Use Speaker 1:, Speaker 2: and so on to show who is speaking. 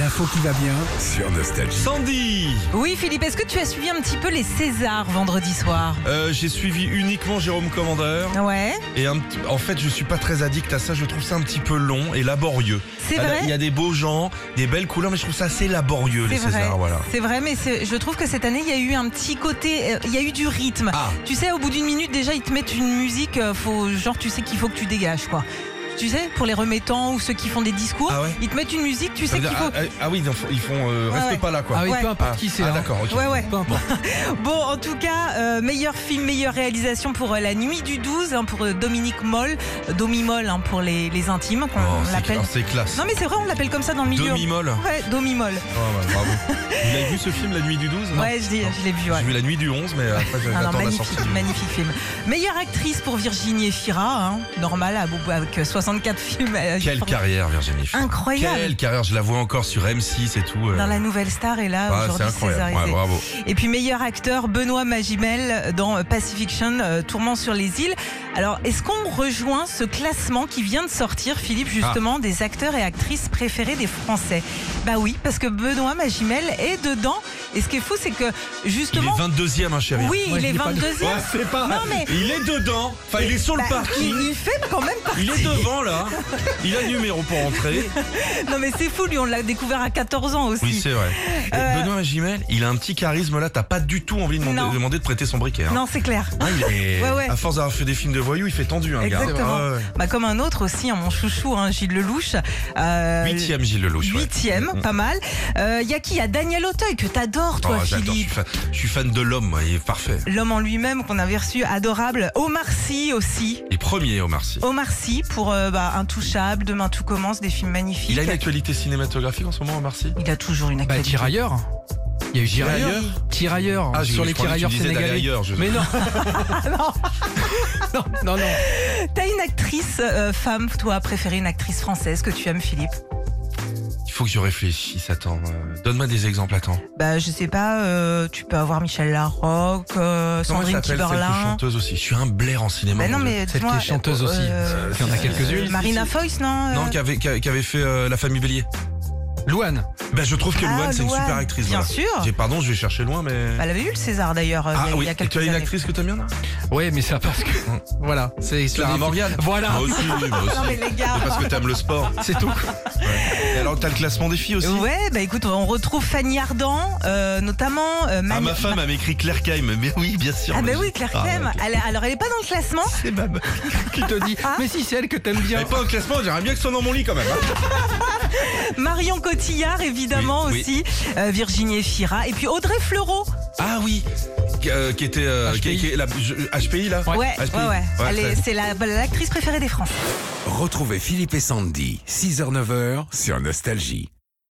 Speaker 1: L'info qui va bien.
Speaker 2: Sur Nostalgie.
Speaker 3: Sandy
Speaker 4: Oui Philippe, est-ce que tu as suivi un petit peu les Césars vendredi soir
Speaker 3: Euh, J'ai suivi uniquement Jérôme Commandeur.
Speaker 4: Ouais,
Speaker 3: Et un petit- en fait, je suis pas très addict à ça. Je trouve ça un petit peu long et laborieux.
Speaker 4: c'est
Speaker 3: Alors, Ah, Il y
Speaker 4: vrai.
Speaker 3: a des beaux gens, des belles couleurs, mais je trouve ça assez laborieux, les
Speaker 4: C'est vrai,
Speaker 3: Césars. Voilà.
Speaker 4: c'est vrai, mais c'est- je trouve que cette année, il y a eu un petit côté, euh, il y a eu du rythme.
Speaker 3: Ah.
Speaker 4: Tu sais, au bout d'une minute, déjà, ils te mettent une musique, euh, faut, genre, tu sais qu'il faut que tu dégages, quoi. Tu sais, pour les remettants ou ceux qui font des discours,
Speaker 3: Ah ouais
Speaker 4: ils te mettent une musique, tu sais
Speaker 3: Ça veut
Speaker 4: qu'il
Speaker 3: dire-
Speaker 4: faut...
Speaker 3: ah, ah, ah oui, donc, ils font. euh,
Speaker 4: Ouais,
Speaker 3: reste
Speaker 4: ouais.
Speaker 3: pas là, quoi.
Speaker 1: Ah oui,
Speaker 4: Ouais.
Speaker 1: peu importe qui c'est.
Speaker 3: Ah,
Speaker 1: hein.
Speaker 3: d'accord, ok.
Speaker 4: Ouais, ouais.
Speaker 1: Peu importe.
Speaker 4: Bon, en tout cas, euh, meilleur film, meilleure réalisation pour euh, La Nuit du 12, hein, pour euh, Dominique Moll, euh, Domi Moll hein, pour les, les intimes, qu'on
Speaker 3: Oh, c'est
Speaker 4: l'appelle.
Speaker 3: cla- c'est classe.
Speaker 4: Non mais c'est vrai, on l'appelle comme ça dans le milieu.
Speaker 3: Demi-molle.
Speaker 4: Ouais, Domi Moll.
Speaker 3: Oh, ouais, bravo. Vous avez vu ce film, La Nuit du 12 non
Speaker 4: Ouais, je l'ai je l'ai vu, ouais.
Speaker 3: J'ai vu La Nuit du 11, mais après,
Speaker 4: Ah non,
Speaker 3: j'attends la sortie.
Speaker 4: magnifique,
Speaker 3: du-
Speaker 4: magnifique film. Meilleure actrice pour Virginie Efira, hein, normal, à Bobo, avec euh, 64 films. euh,
Speaker 3: Quelle
Speaker 4: for-
Speaker 3: carrière, Virginie. Fira.
Speaker 4: Incroyable.
Speaker 3: Quelle carrière. Je la vois encore sur M6 et tout. euh.
Speaker 4: Dans la nouvelle star et là
Speaker 3: Ah, c'est
Speaker 4: aujourd'hui
Speaker 3: incroyable. Ouais,
Speaker 4: césarisée.
Speaker 3: bravo.
Speaker 4: Et puis meilleur acteur Benoît Magimel dans Pacifiction Tourment sur les îles. Alors est-ce qu'on rejoint ce classement qui vient de sortir Philippe
Speaker 3: Ah.
Speaker 4: justement des acteurs et actrices préférés des Français Bah oui, parce que Benoît Magimel est dedans et ce qui est fou c'est que
Speaker 3: Il est
Speaker 4: justement
Speaker 3: 22 e hein, chérie.
Speaker 4: oui,
Speaker 1: Ouais,
Speaker 4: il est
Speaker 1: il est pas
Speaker 4: 22e.
Speaker 3: Ouais, c'est pas.
Speaker 4: Non, mais-
Speaker 3: Il est dedans. Enfin, il est sur
Speaker 4: Bah,
Speaker 3: le parking.
Speaker 4: il, il fait quand même partie.
Speaker 3: Il est devant là. Il a le numéro pour entrer.
Speaker 4: Non mais c'est fou lui, on l'a découvert à 14 ans aussi.
Speaker 3: Oui, c'est vrai. Et
Speaker 4: Euh,
Speaker 3: Benoît Magimel, il a un petit charisme là. T'as pas du tout envie de
Speaker 4: Non.
Speaker 3: demander, demander de prêter son briquet. hein.
Speaker 4: non, c'est clair.
Speaker 3: Ah, il est-
Speaker 4: Ouais, ouais.
Speaker 3: À force d'avoir fait des films de voyous, il fait tendu, hein, le gars.
Speaker 4: Exactement.
Speaker 3: Ah, ouais, ouais.
Speaker 4: Bah, comme un autre aussi, hein, mon chouchou, hein, Gilles Lelouch. Euh,
Speaker 3: Huitième Gilles Lelouch. ouais.
Speaker 4: Huitième, pas mal. Il y a qui Il y a Daniel Auteuil que t'adores,
Speaker 3: Oh,
Speaker 4: toi,
Speaker 3: j'adore. Je suis
Speaker 4: Philippe.
Speaker 3: fan, je suis fan de l'homme. moi, Il est parfait.
Speaker 4: L'homme en lui-même qu'on avait reçu, adorable. Omar Sy aussi.
Speaker 3: Et premier Omar Sy.
Speaker 4: Omar Sy pour euh, bah, Intouchable, Demain tout commence, des films magnifiques.
Speaker 3: Il a une actualité cinématographique en ce moment, Omar Sy.
Speaker 4: Il a toujours une
Speaker 1: Bah,
Speaker 4: actualité.
Speaker 1: tirailleurs. Il y a eu tirailleurs. Tirailleurs.
Speaker 3: Ah, je-
Speaker 1: sur
Speaker 3: je
Speaker 1: les
Speaker 3: croyais que tu
Speaker 1: tirailleurs
Speaker 3: disais d'aller
Speaker 1: sénégalais.
Speaker 3: ailleurs, je-
Speaker 1: Mais non. non. Non, non.
Speaker 4: T'as une actrice euh, femme, toi, préférée, une actrice française que tu aimes, Philippe
Speaker 3: Il faut que je réfléchisse. Attends. euh, Donne-moi des exemples. Attends.
Speaker 4: Bah, je sais pas, euh, tu peux avoir Michel Larocque, euh,
Speaker 3: Comment elle
Speaker 4: Sandrine
Speaker 3: s'appelle cette
Speaker 4: Kiberlin.
Speaker 3: chanteuse aussi Je suis un blaire en cinéma.
Speaker 4: Bah non,
Speaker 3: mon Dieu.
Speaker 4: mais
Speaker 1: Celle qui
Speaker 4: dis-moi,
Speaker 1: est chanteuse
Speaker 4: euh,
Speaker 1: aussi.
Speaker 4: euh,
Speaker 1: Il y en a quelques-unes.
Speaker 4: Marina Foïs, non euh,
Speaker 3: Non, qui avait, qui avait- qui avait fait euh, La Famille Bélier.
Speaker 1: Louane.
Speaker 3: Ben, je trouve que
Speaker 4: Ah,
Speaker 3: Louane, c'est une
Speaker 4: Louane.
Speaker 3: super actrice.
Speaker 4: Bien
Speaker 3: voilà.
Speaker 4: sûr. Bah,
Speaker 3: J'ai- Pardon, je vais chercher loin, mais.
Speaker 4: Elle avait eu le César d'ailleurs euh, il y
Speaker 3: Ah
Speaker 4: a- il
Speaker 3: oui,
Speaker 4: y a
Speaker 3: et
Speaker 4: quelques
Speaker 3: tu as une
Speaker 4: années.
Speaker 3: actrice que t'aimes bien là
Speaker 1: Ouais, mais c'est parce que. Voilà. C'est
Speaker 3: Clara Morgane
Speaker 1: Voilà.
Speaker 3: Moi aussi, moi aussi.
Speaker 4: Non mais les
Speaker 3: C'est
Speaker 4: gars.
Speaker 3: parce que t'aimes le sport.
Speaker 1: C'est tout.
Speaker 3: Et alors, t'as le classement des filles aussi
Speaker 4: Ouais, bah écoute, on retrouve Fanny Ardant, euh, notamment. euh,
Speaker 3: Ah,
Speaker 4: Manu-
Speaker 3: ma femme, elle m'écrit Claire Kaim. Mais oui, bien sûr.
Speaker 4: Ah bah
Speaker 3: mais
Speaker 4: oui,
Speaker 3: j'ai-
Speaker 4: Claire
Speaker 3: Ah,
Speaker 4: Clem.
Speaker 3: ok.
Speaker 4: Elle- alors elle est pas dans le classement.
Speaker 3: C'est ma meuf.
Speaker 1: Qui te dit. Mais si, c'est elle que t'aimes bien.
Speaker 3: Mais pas au classement, j'aimerais bien que ce soit dans mon lit quand même. hein.
Speaker 4: Marion Cotillard évidemment
Speaker 3: Oui, oui.
Speaker 4: aussi, euh, Virginie Efira et puis Audrey Fleurot.
Speaker 3: Ah oui euh, qui était euh,
Speaker 1: HPI.
Speaker 3: qui- qui- la- je- HPI là
Speaker 4: Ouais, ouais,
Speaker 3: HPI.
Speaker 4: ouais. Elle est-
Speaker 3: ça-
Speaker 4: c'est la- bah, l'actrice préférée des Français.
Speaker 2: Retrouvez Philippe et Sandy, 6h-9h sur Nostalgie.